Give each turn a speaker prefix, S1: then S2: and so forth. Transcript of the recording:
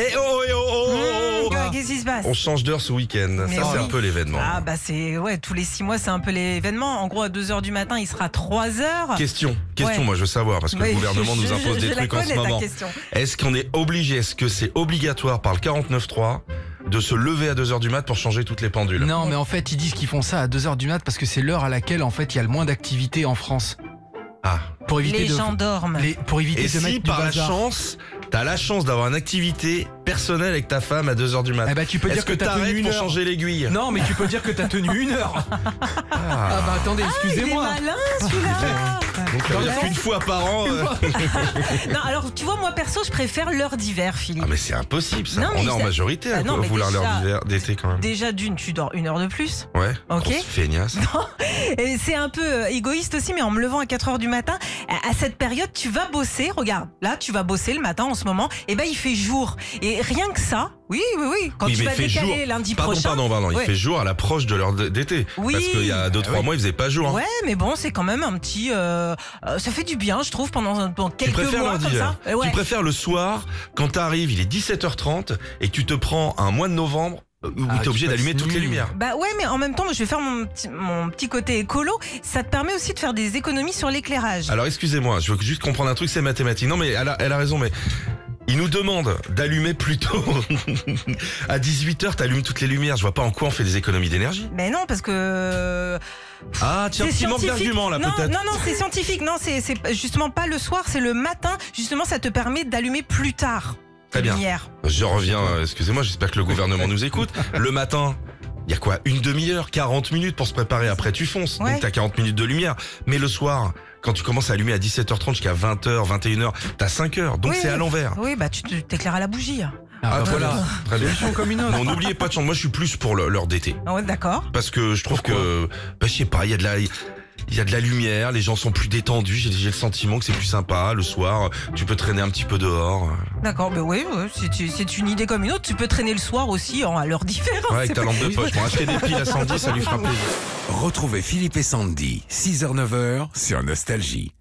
S1: Eh, oh,
S2: qu'est-ce qui se passe
S1: On change d'heure ce week-end.
S2: Mmh, Mais
S1: Ça, c'est
S2: oui.
S1: un peu l'événement.
S2: Ah bah c'est ouais tous les six mois c'est un peu l'événement. En gros à 2 heures du matin il sera 3 heures.
S1: Question, question,
S2: ah. Ouais.
S1: moi je veux savoir, parce que
S2: Ouais,
S1: le gouvernement
S2: je-
S1: nous
S2: je-
S1: impose
S2: je-
S1: des
S2: je la
S1: trucs en ce
S2: connais, ta
S1: moment.
S2: question.
S1: Est-ce qu'on est obligé, est-ce que c'est obligatoire par le 49.3 de se lever à 2h du mat pour changer toutes les pendules
S3: Non, mais en fait, ils disent qu'ils font ça à 2h du mat parce que c'est l'heure à laquelle en fait il y a le moins d'activité en France.
S1: Ah.
S3: Pour éviter
S2: Les
S3: de
S2: gens dorment.
S3: les- pour éviter
S1: Et
S3: de
S1: si
S3: mettre du
S1: par la
S3: bazar.
S1: chance, t'as la chance d'avoir une activité personnelle avec ta femme à 2h du
S2: Ah,
S3: Eh
S1: mat,
S3: bah, tu peux
S1: est-ce
S3: dire
S1: que,
S3: que t'as tenu
S1: t'arrêtes
S3: une
S1: pour
S3: heure.
S1: changer l'aiguille
S3: Non, mais tu peux dire que t'as tenu une heure. Ah bah attendez,
S2: Il est
S3: excusez-moi.
S2: malin celui-là.
S1: Donc ça veut dire
S2: Ouais.
S1: qu'une fois par an. euh,
S2: non alors tu vois moi perso je préfère l'heure d'hiver Philippe.
S1: Ah mais c'est impossible ça.
S2: Non, mais
S1: On est en
S2: ça-
S1: majorité à
S2: Ah non, mais
S1: vouloir l'heure
S2: déjà-
S1: d'hiver, d'été quand même.
S2: Déjà d'une tu dors une heure de plus.
S1: Ouais.
S2: Ok.
S1: grosse feignasse.
S2: Et c'est un peu euh, égoïste aussi, mais en me levant à 4 heures du matin, à à cette période, tu vas bosser. Regarde, là, tu vas bosser le matin en ce moment. Et ben, il fait jour. Et rien que ça, oui, oui, oui. Quand
S1: Oui,
S2: tu
S1: mais
S2: vas
S1: il fait
S2: décaler
S1: jour.
S2: lundi
S1: Pardon,
S2: prochain.
S1: pardon, pardon.
S2: Ouais.
S1: Il fait jour à l'approche de l'heure d- d'été.
S2: Oui.
S1: Parce qu'il y a 2-3 mois, il faisait pas jour. hein.
S2: Ouais, mais bon, c'est quand même un petit. euh, euh, ça fait du bien, je trouve, pendant, un- pendant
S1: Tu
S2: quelques
S1: préfères
S2: mois
S1: lundi.
S2: comme ça.
S1: hein.
S2: Euh, ouais.
S1: Tu préfères le soir, quand t'arrives, il est 17h30 et que tu te prends un mois de novembre euh, où
S3: Ah,
S1: t'es
S3: tu
S1: obligé
S3: passes
S1: d'allumer toutes les
S3: nuit.
S1: lumières.
S2: Bah ouais, mais en même temps, moi, je vais faire mon petit, mon petit côté écolo. Ça te permet aussi de faire des économies sur l'éclairage.
S1: Alors excusez-moi, je veux juste comprendre un truc, c'est mathématique. Non mais elle a, elle a raison, mais il nous demande d'allumer plus tôt. à 18h, t'allumes toutes les lumières. Je vois pas en quoi on fait des économies d'énergie.
S2: Mais non, parce que. euh,
S1: Ah tiens,
S2: C'est
S1: petit manque
S2: scientifique.
S1: d'argument là
S2: non,
S1: peut-être.
S2: non, non, c'est scientifique. Non, c'est c'est justement pas le soir, c'est le matin. Justement, ça te permet d'allumer plus tard.
S1: Très bien.
S2: Hier.
S1: Je reviens, euh, excusez-moi, j'espère que le gouvernement nous écoute. Le matin, il y a quoi Une demi-heure, 40 minutes pour se préparer, après tu fonces.
S2: Ouais.
S1: Donc t'as 40 minutes de lumière. Mais le soir, quand tu commences à allumer à 17h30 jusqu'à 20h, 21h, t'as 5h. Donc
S2: Oui,
S1: c'est à
S2: oui.
S1: l'envers.
S2: Oui, bah tu te- t'éclaires à la bougie. hein.
S3: Ah, bah,
S1: très
S3: voilà.
S1: bien, Très bien.
S3: Solution comme une autre.
S1: Non, n'oubliez pas de changer. Moi, je suis plus pour le- l'heure d'été.
S2: Ah ouais, d'accord.
S1: Parce que je trouve que, bah, je sais pas, il y a de la, il y a de la lumière, les gens sont plus détendus, j'ai j'ai le sentiment que c'est plus sympa. Le soir, tu peux traîner un petit peu dehors.
S2: D'accord, mais oui, oui, c'est- c'est une idée comme une autre. Tu peux traîner le soir aussi en- à l'heure différente.
S1: Ouais, avec
S2: C'est
S1: ta
S2: pas-
S1: lampe de poche. Pour acheter des piles à 110, ça lui fera plaisir.
S4: Retrouvez Philippe et Sandy, 6h-9h sur Nostalgie.